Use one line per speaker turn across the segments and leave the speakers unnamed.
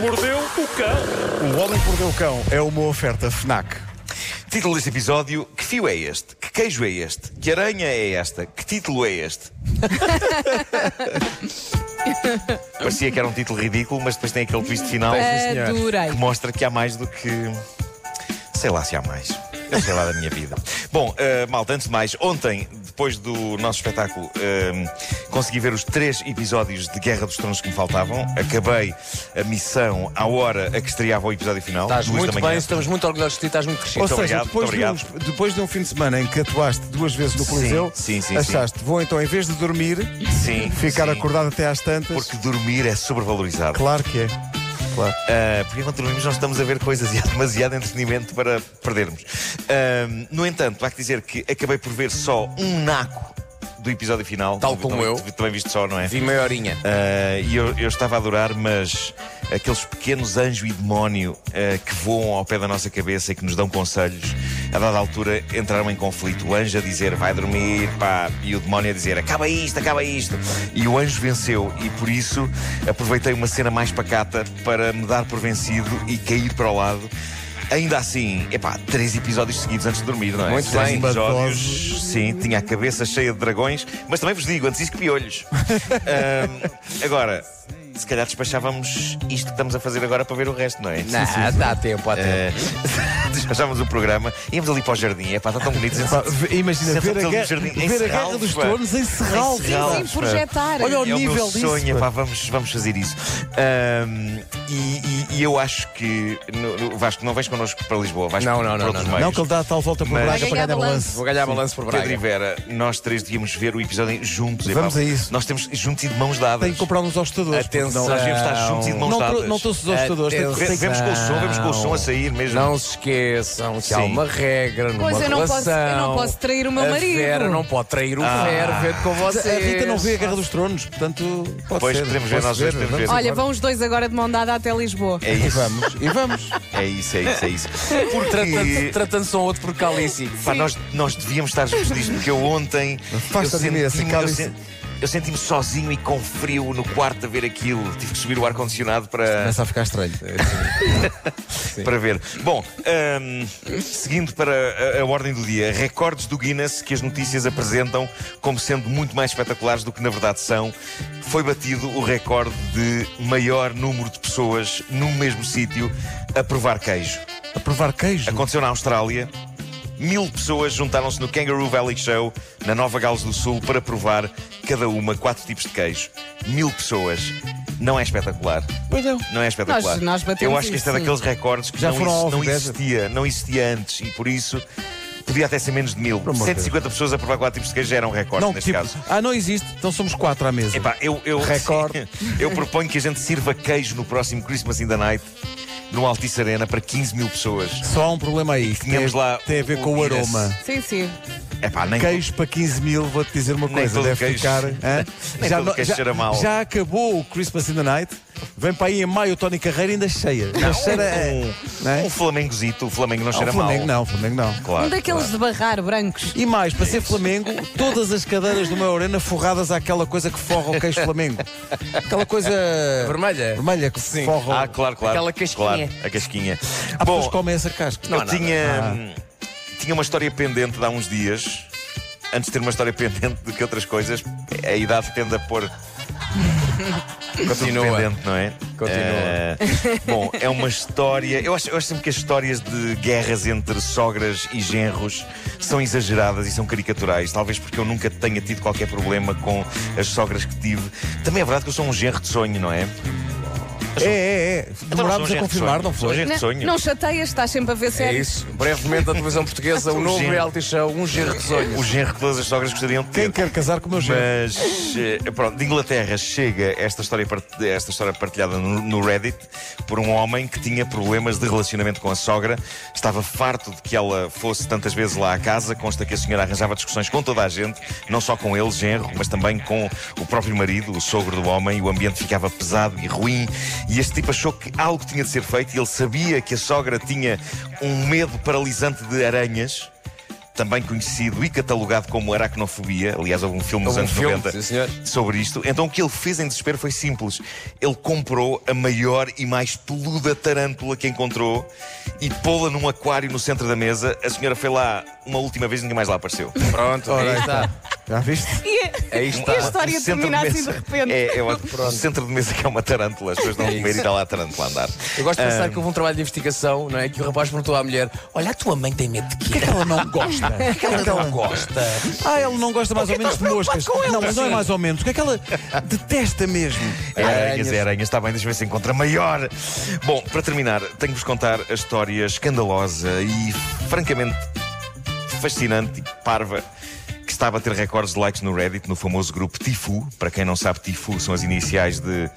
mordeu o cão.
O Homem que Mordeu o Cão é uma oferta FNAC.
Título deste episódio: Que fio é este? Que queijo é este? Que aranha é esta? Que título é este? Parecia que era um título ridículo, mas depois tem aquele twist final
É.
senhor.
Adorei.
que mostra que há mais do que. Sei lá se há mais. Eu sei lá da minha vida. Bom, eh, malta, antes de mais, ontem, depois do nosso espetáculo, eh, consegui ver os três episódios de Guerra dos Tronos que me faltavam. Acabei a missão à hora a que estreava o episódio final.
Estás
duas
muito
da manhã.
bem, estamos muito orgulhosos de ti, estás muito crescido.
Ou
Muito
seja,
obrigado,
depois de,
muito
uns- depois de um fim de semana em que atuaste duas vezes no
Sim,
Coliseu,
sim, sim,
achaste, vou então, em vez de dormir,
Sim,
ficar
sim.
acordado até às tantas.
Porque dormir é sobrevalorizado.
Claro que é. Claro.
Uh, porque enquanto dormimos nós estamos a ver coisas e há demasiado entretenimento para perdermos. Uh, no entanto, há que dizer que acabei por ver só um naco do episódio final.
Tal
Tu
como
também-
eu.
tu também viste só, não é?
Vi meia horinha.
Uh, e eu, eu estava a adorar, mas aqueles pequenos anjo e demónio uh, que voam ao pé da nossa cabeça e que nos dão conselhos, a dada altura entraram em conflito. O anjo a dizer vai dormir, pá, e o demónio a dizer acaba isto, acaba isto. E o anjo venceu, e por isso aproveitei uma cena mais pacata para me dar por vencido e cair para o lado. Ainda assim, epá, três episódios seguidos antes de dormir, não é?
Muito
três
bem.
episódios. Sim, tinha a cabeça cheia de dragões, mas também vos digo, antes isso que piolhos. Ahm, agora, se calhar despachávamos isto que estamos a fazer agora para ver o resto, não é?
Não, dá tempo, há tempo.
Eh, despachávamos o programa, íamos ali para o jardim, é pá, está tão bonito.
Pá, ve- Imagina,
Senta-te
ver, a,
ali no
guerra,
jardim, em
ver a
Serralves,
Guerra dos
pá.
Tronos em Serral.
Em Serralves.
Sim, sim, projetar.
Olha o
é o
nível
meu
disso.
sonho,
pá.
pá, vamos, vamos fazer isso. Ahm, e, e- e eu acho que. No, no- Vasco, não vais connosco para Lisboa, vais
Não,
por-
não,
por
não,
outros
não,
Não
meios.
que ele dá a tal volta por
Mas-
Braga
Vai
para
ganhar
ganhar balanço.
Vou ganhar balanço por
Pedro e
Braga.
Vera, nós três devíamos ver o episódio juntos. é
Vamos
pá.
a isso.
Nós temos juntos e de mãos dadas.
Tem que comprar uns hostadores.
Atenção.
Nós devíamos estar juntos e de mãos
é. Não,
dadas.
trou- não trouxe os hostadores. tem que-
Atenção.
Ve- Vemos com o som, vemos com o som a sair mesmo.
Não se esqueçam que há
Sim.
uma regra numa
Pois, eu não
relação.
posso- eu não posso trair o meu
a
marido.
Vera não pode trair o
Ah.
Vera, ver com
Mas
vocês.
A Rita não vê a Guerra dos Tronos, portanto, pode
Pois,
ser.
podemos ver,
pode
nós dois podemos ver.
Olha, vão os dois agora de mão dada até Lisboa.
É
E
isso,
vamos, e vamos.
é isso, é isso, é isso.
Tratando-
Porque
Tratando-se um outro por calícico.
pá, nós, nós devíamos estar juntos disto, porque eu ontem eu
Afasta-te
senti-me
desse,
eu
cálice.
sen- eu senti-me sozinho e com frio no quarto a ver aquilo. Tive que subir o ar-condicionado para,
a É ficar estranho.
para ver. Bom, hum, seguindo para a, a ordem do dia, recordes do Guinness que as notícias apresentam como sendo muito mais espetaculares do que na verdade são. Foi batido o recorde de maior número de pessoas num mesmo sítio a provar queijo.
A provar queijo.
Aconteceu na Austrália. Mil pessoas juntaram-se no Kangaroo Valley Show, na Nova Gales do Sul, para provar cada uma quatro tipos de queijo. Mil pessoas. Não é espetacular.
Pois não.
Não é espetacular.
Nós- nós batemos
Eu acho que este é
isso,
daqueles recordes que
Já
não,
foram
exi-
ao
não
Overdrive.
existia, não existia antes e por isso podia até ser menos de mil.
amor de
150 pessoas a provar quatro tipos de queijo já era um recorde
Não,
neste
tipo,
caso.
ah, não existe, então somos quatro à mesa.
Epá, eu, eu,
Recorde.
eu proponho que a gente sirva queijo no próximo Christmas in the Night, no Altice Arena, para 15 mil pessoas.
Só há um problema aí, que tem,
Tínhamos lá
tem a ver
o-
com
o
o
Guinness.
aroma.
Sim, sim.
Epá, nem
Queijo para 15 mil, vou-te dizer uma
Nem
coisa,
todo
deve
queijo-
ficar. hã?
nem todo
no-
queijo cheira mal.
já acabou o Christmas in the Night, vem para aí em maio o Tony Carreira ainda cheia. Ainda cheira.
um,
não é?
um Flamengozito, o Flamengo não
Ah, o
cheira
Flamengo
mal.
não, o Flamengo não.
Claro,
um daqueles de barrar brancos.
E mais, para ser Flamengo, todas as cadeiras do meu arena forradas àquela coisa que forra o queijo Flamengo. Aquela coisa
Vermelha?
vermelha que
Sim.
forra. o-
Claro. Ah, claro, claro.
Aquela casquinha.
Claro, a casquinha.
Há pessoas
Bom,
que comem essa casca.
eu tinha, hum, tinha uma história pendente de há uns dias. Antes de ter uma história pendente do que outras coisas, a idade tende a pôr. Continua. Pendente, não é?
Continua.
Eh, bom, é uma história. Eu acho, eu acho sempre que as histórias de guerras entre sogras e genros são exageradas e são caricaturais. Talvez porque eu nunca tenha tido qualquer problema com as sogras que tive. Também é verdade que eu sou um genro de sonho, não é?
É, é, é.
Então não sou um
Demorámos a
genro de
confirmar,
sonho.
não
Sou um
foi?
genro de sonho.
Não, não chateias, estás sempre a ver
É
séries.
isso. Brevemente, na televisão portuguesa, o
Um
novo
giro.
reality show, um giro de
O
sonhos.
genro que todas as sogras gostariam de ter.
Quem quer casar com o meu genro?
Mas eh, pronto, de Inglaterra chega esta história, part- esta história partilhada no, no Reddit por um homem que tinha problemas de relacionamento com a sogra, estava farto de que ela fosse tantas vezes lá à casa. Consta que a senhora arranjava discussões com toda a gente, não só com ele, genro, mas também com o próprio marido, o sogro do homem. E o ambiente ficava pesado e ruim. E este tipo achou que algo tinha de ser feito e ele sabia que a sogra tinha um medo paralisante de aranhas. também conhecido e catalogado como aracnofobia. Aliás, houve um filme nos
Houve um
anos
filme,
90
sim, senhor.
sobre isto. Então o que ele fez em desespero foi simples. Ele comprou a maior e mais peluda tarântula que encontrou e pô-la num aquário no centro da mesa. A senhora foi lá uma última vez e ninguém mais lá apareceu.
Pronto, aí está. É
Já viste?
E, é-
Aí
e
está.
a história
O um centro
termina assim de
mesa-
repente.
É, é uma- o centro de mesa que é uma tarântula. As pessoas dão
É
de comer e
isso.
está lá a tarântula a andar.
Eu gosto de
Ah.
pensar que houve um trabalho de investigação, não é? Que o rapaz perguntou à mulher: Olha, a tua mãe tem medo de quê?
que ela não gosta? O que é que ela não
Gosta.
Ah, ela não gosta mais ou menos de moscas. Não, mas não é mais ou menos. O que é que ela detesta mesmo?
É aranhas,
Aranhas.
é aranhas. Está bem, deixa eu ver se encontra maior. Bom, para terminar, tenho-vos contar a história escandalosa e francamente fascinante e parva que está a bater recordes de likes no Reddit, no famoso grupo Tifu. Para quem não sabe, Tifu são as iniciais de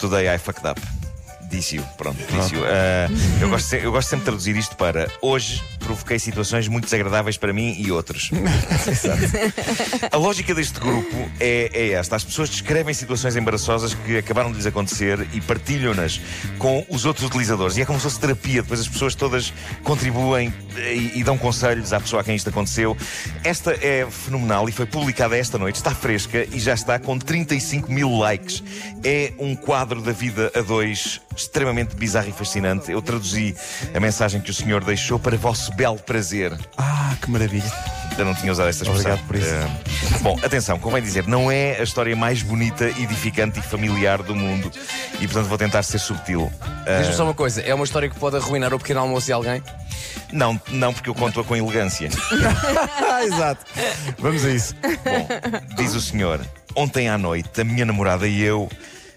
Today I Fucked Up. Disse-o, pronto, disse-o. Ah, eu, gosto se- eu gosto sempre de traduzir isto para hoje provoquei situações muito desagradáveis para mim e outros. A lógica deste grupo é, é esta: as pessoas descrevem situações embaraçosas que acabaram de lhes acontecer e partilham-nas com os outros utilizadores. E é como se fosse terapia, depois as pessoas todas contribuem eh, e, e dão conselhos à pessoa a quem isto aconteceu. Esta é fenomenal e foi publicada esta noite, está fresca e já está com 35 mil likes. É um quadro da vida a dois extremamente bizarro e fascinante. Eu traduzi a mensagem que o senhor deixou para vosso belo prazer.
Ah, que maravilha.
Eu não tinha usado esta expressão.
Obrigado por isso.
Eh, bom, atenção, convém dizer, não é a história mais bonita, edificante e familiar do mundo. E portanto vou tentar ser subtil.
Ah.
Eh,
Diz-me só uma coisa: é uma história que pode arruinar o pequeno almoço de alguém?
não, não porque eu conto-a com elegância.
Ah, exato. Vamos a isso.
Bom, diz o senhor, ontem à noite, a minha namorada e eu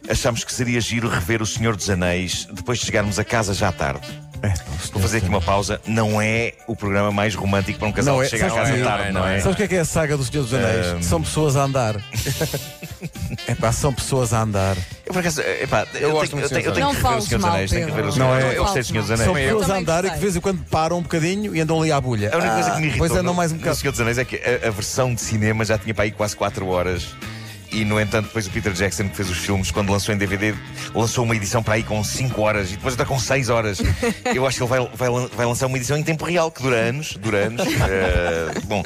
achámos que seria giro rever o Senhor dos Anéis depois de chegarmos a casa já à tarde. É, Vou fazer aqui uma pausa. Não é o programa mais romântico para um casal
Não é,
que chega à
sabes
casa
que-
tarde, não é? Hum.
Sabes o que é que é a saga do Senhor dos Anéis? São pessoas a andar. É pá, são pessoas a andar.
Eu, por acaso, epá, eu,
gosto
tenho,
muito
eu, tenho, eu
do
tenho
Não
que rever o
fales
Senhor dos
mal,
Anéis. Tenho que rever
Pedro.
o
Não
Senhor
é?
dos Anéis. Eu gostei do
Não fales
Senhor dos
mal.
Anéis.
São
Também eu.
pessoas a
Também
andar e que de
gostei.
vez em quando param um bocadinho e andam ali à bolha.
É A única coisa que me irritou
Depois andam
no-
mais um bocado.
no Senhor dos Anéis é que a, a versão de cinema já tinha para aí quase 4 horas. E, no entanto, depois o Peter Jackson, que fez os filmes, quando lançou em DVD, lançou uma edição para aí com 5 horas e depois outra com 6 horas. Eu acho que ele vai, vai lan- vai lançar uma edição em tempo real, que dura anos. Dura anos. Eh, bom.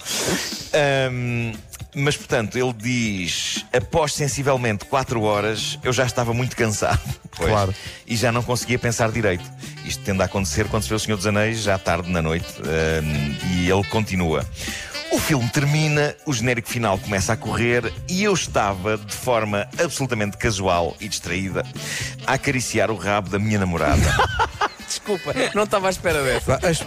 Ahm, mas, portanto, ele diz: após sensivelmente 4 horas, eu já estava muito cansado. Pois.
Claro.
E já não conseguia pensar direito. Isto tende a acontecer quando se vê o Senhor dos Anéis, já tarde na noite. Ahm, e ele continua. O filme termina, o genérico final começa a correr e eu estava, de forma absolutamente casual e distraída, a acariciar o rabo da minha namorada.
Desculpa, não estava à espera dessa.
Pá, as-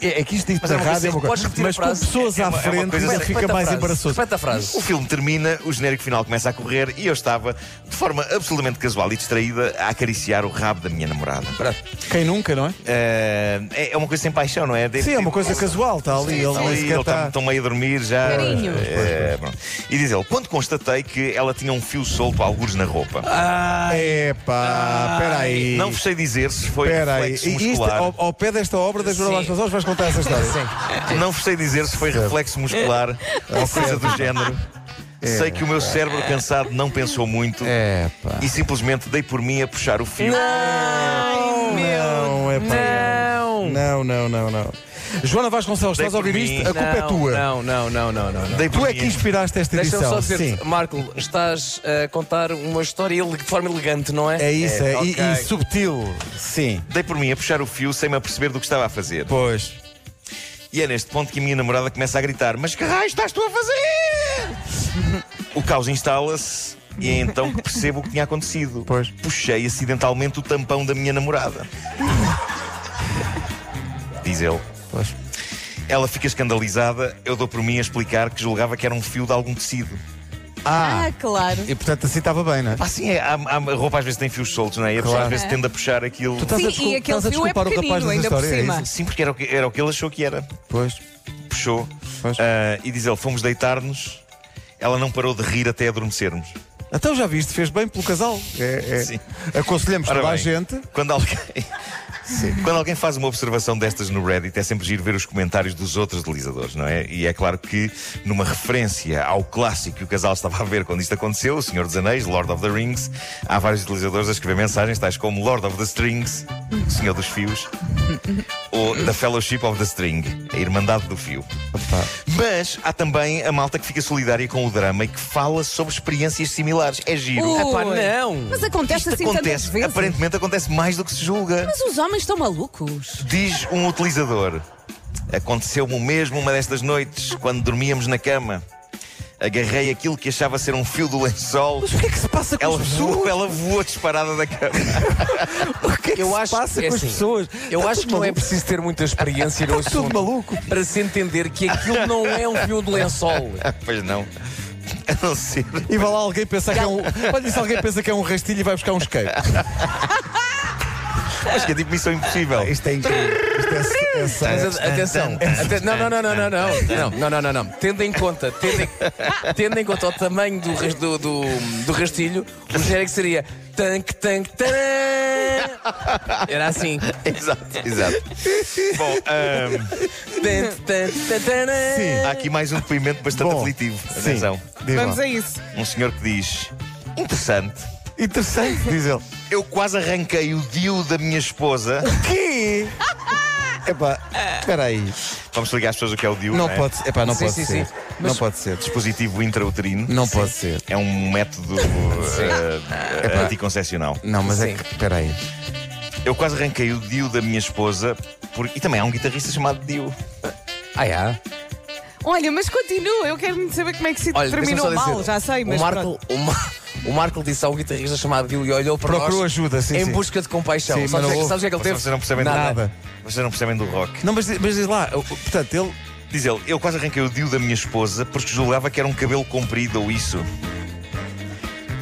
É é que isto dito
Mas é uma
errado,
coisa-
é uma
podes
coisa.
repetir a
Mas com
frase?
pessoas
É
à
uma- é uma
frente
coisa-
ainda fica
Repete a
mais
frase.
embaraçoso.
Repete a frase.
O filme termina, o genérico final começa a correr e eu estava, de forma absolutamente casual e distraída, a acariciar o rabo da minha namorada.
Quem nunca, não é?
Eh, é é uma coisa sem paixão, não é? Deve-
Sim, é uma coisa casual, está ali. tá- Ele nem sequer está.
Estão meio a dormir já.
Carinho.
Eh, pronto. E diz ele: quando constatei que ela tinha um fio solto, algures na roupa,
Ah, epá, peraí.
não vos sei dizer se foi
Peraí.
reflexo
E isto,
muscular.
ao, ao pé desta obra da Jornal das
Sim.
Pessoas, vais contar essa história. é
Não vos sei dizer se foi reflexo muscular ou coisa do género.
É.
Sei que o meu cérebro cansado não pensou muito
Epá.
e simplesmente dei por mim a puxar o fio.
Ai, meu.
Não, epá.
Não!
Não, não, não, não. Joana Vasconcelos,
Dei
estás a ouvir
por mim.
isto? A culpa é tua.
Não, não, não, não, não. não.
Dei por
Tu é
mim
que
a-
inspiraste esta edição.
Deixa-me só dizer,
Sim.
te Marco, estás a contar uma história ele- de forma elegante, não é?
É isso, é, e-
ok.
e subtil. Sim.
Dei por mim a puxar o fio sem me aperceber do que estava a fazer.
Pois.
E é neste ponto que a minha namorada começa a gritar: Mas que raio estás tu a fazer? o caos instala-se e é então que percebo o que tinha acontecido.
Pois.
Puxei acidentalmente o tampão da minha namorada. Diz ele.
Pois.
Ela fica escandalizada, eu dou por mim a explicar que julgava que era um fio de algum tecido.
Ah,
Ah, claro.
e portanto assim estava bem, não é?
Pá, assim é, há- há- a roupa às vezes tem fios soltos, não é? E a pessoa
Claro.
às vezes tende a puxar aquilo.
Tu estás
Sim,
a
e
descul- estás
aquele
a
fio é
desculpar o rapaz
pequenino,
dessa
ainda por
história, é
cima.
isso?
Sim, porque era o que, era o que ele achou que era.
Pois.
puxou
Pois.
ah, e diz ele: fomos deitar-nos. Ela não parou de rir até adormecermos.
Então já viste, fez bem pelo casal. É, é.
Sim.
Aconselhamos
Ora
toda a
bem,
gente.
Quando alguém, quando alguém faz uma observação destas no Reddit, é sempre giro ver os comentários dos outros deslizadores, não é? E é claro que, numa referência ao clássico que o casal estava a ver quando isto aconteceu, O Senhor dos Anéis, Lord of the Rings, há vários deslizadores a escrever mensagens tais como Lord of the Strings, Senhor dos Fios, ou The Fellowship of the String, a Irmandade do Fio. Mas há também a malta que fica solidária com o drama e que fala sobre experiências similares. É giro.
Ui.
Epá, não.
Mas acontece
Isto
assim tantas
acontece,
vezes.
aparentemente acontece mais do que se julga.
Mas os homens estão malucos.
Diz um utilizador: Aconteceu-me o mesmo uma destas noites, quando dormíamos na cama. Agarrei aquilo que achava ser um fio do lençol.
Mas o que é que se passa com
Ela
as pessoas?
voou, ela voou disparada da cama.
O que é que
Eu
se
acho-
passa
é
com
assim,
as pessoas?
Eu
Está
acho que
tudo
não é
maluco.
preciso ter muita experiência no
Está tudo
assunto
maluco.
para se entender que aquilo não é um fio de lençol.
Ah, Pois não. A não ser.
E vai lá alguém pensar que é um. Olha, e se alguém pensa que é um rastilho e vai buscar um escape.
Acho que é tipo missão impossível.
Isto é incrível. Isto é, é
Mas a- atenção, ate- não, não, não, não, não, não, não, não, não, não. Tendo em conta, tendo em, tendo em conta o tamanho do, ras- do, do, do rastilho, o genérico seria tanque, tanque, tan. Era assim.
Exato, exato. Bom, ahm,
Tan, tan, tan, tan.
há aqui mais um depoimento bastante
Bom,
aflitivo.
sim.
Atenção.
Diz lá.
Vamos a isso.
Um senhor que diz: Interessante,
Interessante, diz ele.
eu quase arranquei o dio da minha esposa.
Que? Epá, espera aí.
Vamos ligar às pessoas o que é o dio.
Não
é?
pode ser. Epá, não
Sim,
pode
sim,
ser.
sim.
Não pode ser.
Dispositivo intrauterino.
Não pode ser.
É um método eh, anticoncepcional.
Não, mas é
Sim.
que. Espera aí.
Eu quase arranquei o dio da minha esposa. por- E também há um guitarrista chamado Dio.
Ah, é?
Olha, mas continua. Eu quero muito saber como é que se
Olha,
terminou
deixa-me só
mal.
dizer,
Já sei, mas
o Marco,
pronto.
o, Mar- o Marco disse ao guitarrista chamado Gil e olhou para
Procurou
nós
ajuda, sim,
em
sim.
busca de compaixão.
Sim, mas
sabes, o que-
não-
sabes o que é que ele teve?
Vocês não percebem
Nada.
Vocês não percebem do rock.
Não, mas, di- mas diz lá, o- o- portanto, ele.
Diz ele, eu quase arranquei o dio da minha esposa porque julgava que era um cabelo comprido ou isso.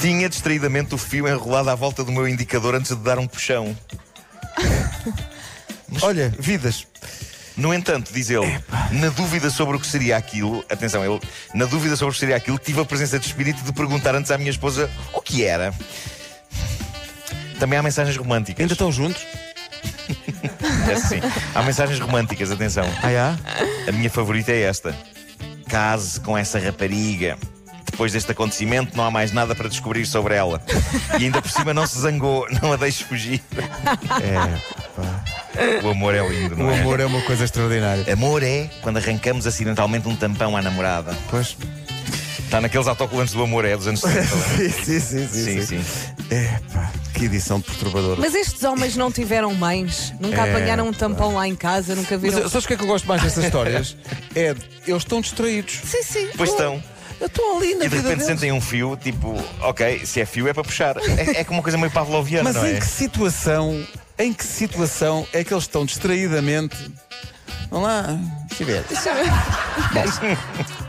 Tinha distraidamente o fio enrolado à volta do meu indicador antes de dar um puxão.
Olha, vidas.
No entanto, diz ele, na dúvida sobre o que seria aquilo, atenção, ele, na dúvida sobre o que seria aquilo, tive a presença de espírito de perguntar antes à minha esposa o que era. Também há mensagens românticas.
Ainda estão juntos?
É assim. Há mensagens românticas, atenção.
Ah, já?
A minha favorita é esta. Case com essa rapariga. Depois deste acontecimento, não há mais nada para descobrir sobre ela. E ainda por cima, não se zangou, não a deixes fugir. É, O amor é lindo, não
O
é?
amor é uma coisa extraordinária.
Amor é quando arrancamos acidentalmente um tampão à namorada.
Pois.
Está Tá naqueles autocolantes do amor é dos anos 70.
Sim, sim, sim.
Sim, sim.
Epá, que edição perturbadora.
Mas estes homens não tiveram mães, nunca
É,
apanharam um tampão lá em casa, nunca
Mas
viram.
eu- sabes o que é que eu gosto mais dessas histórias? É, de- eles estão distraídos.
Sim, sim.
Pois tá. estão.
Eu estou ali na
E de
vida
repente
deles.
sentem um fio, tipo, ok, se é fio é para puxar. É, é como uma coisa meio pavloviana,
Mas
não
em
é?
que situação, em que situação é que eles estão distraídamente? Vamos lá, deixa eu ver.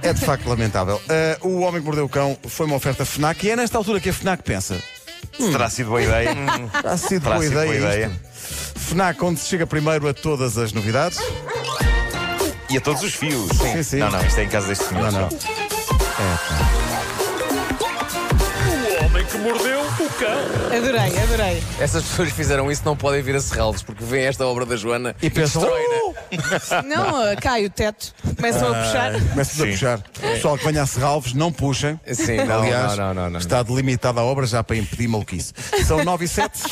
É de facto lamentável. Ah, o Homem que Mordeu o Cão foi uma oferta FNAC e é nesta altura que a FNAC pensa.
Se Terá sido boa ideia.
Terá sido
Terá
Hum. boa
sido
ideia,
boa ideia.
isto. FNAC, onde se chega primeiro a todas as novidades.
E a todos os fios.
Sim, sim.
Não, não, isto é em casa deste senhor.
Não, não.
O homem que mordeu o cão.
Adorei, adorei.
Essas pessoas que fizeram isso não podem vir a Serralves, porque vêem esta obra da Joana
E pensam.
destrói-na.
"Oh!"
Não, ah, cai o teto, começam a puxar.
Começa a
Sim.
puxar. Pessoal que venha a Serralves, não puxem.
Sim, não,
Aliás,
não, não, não, não.
está delimitada a obra já para impedir maluquice. São 9 e 7.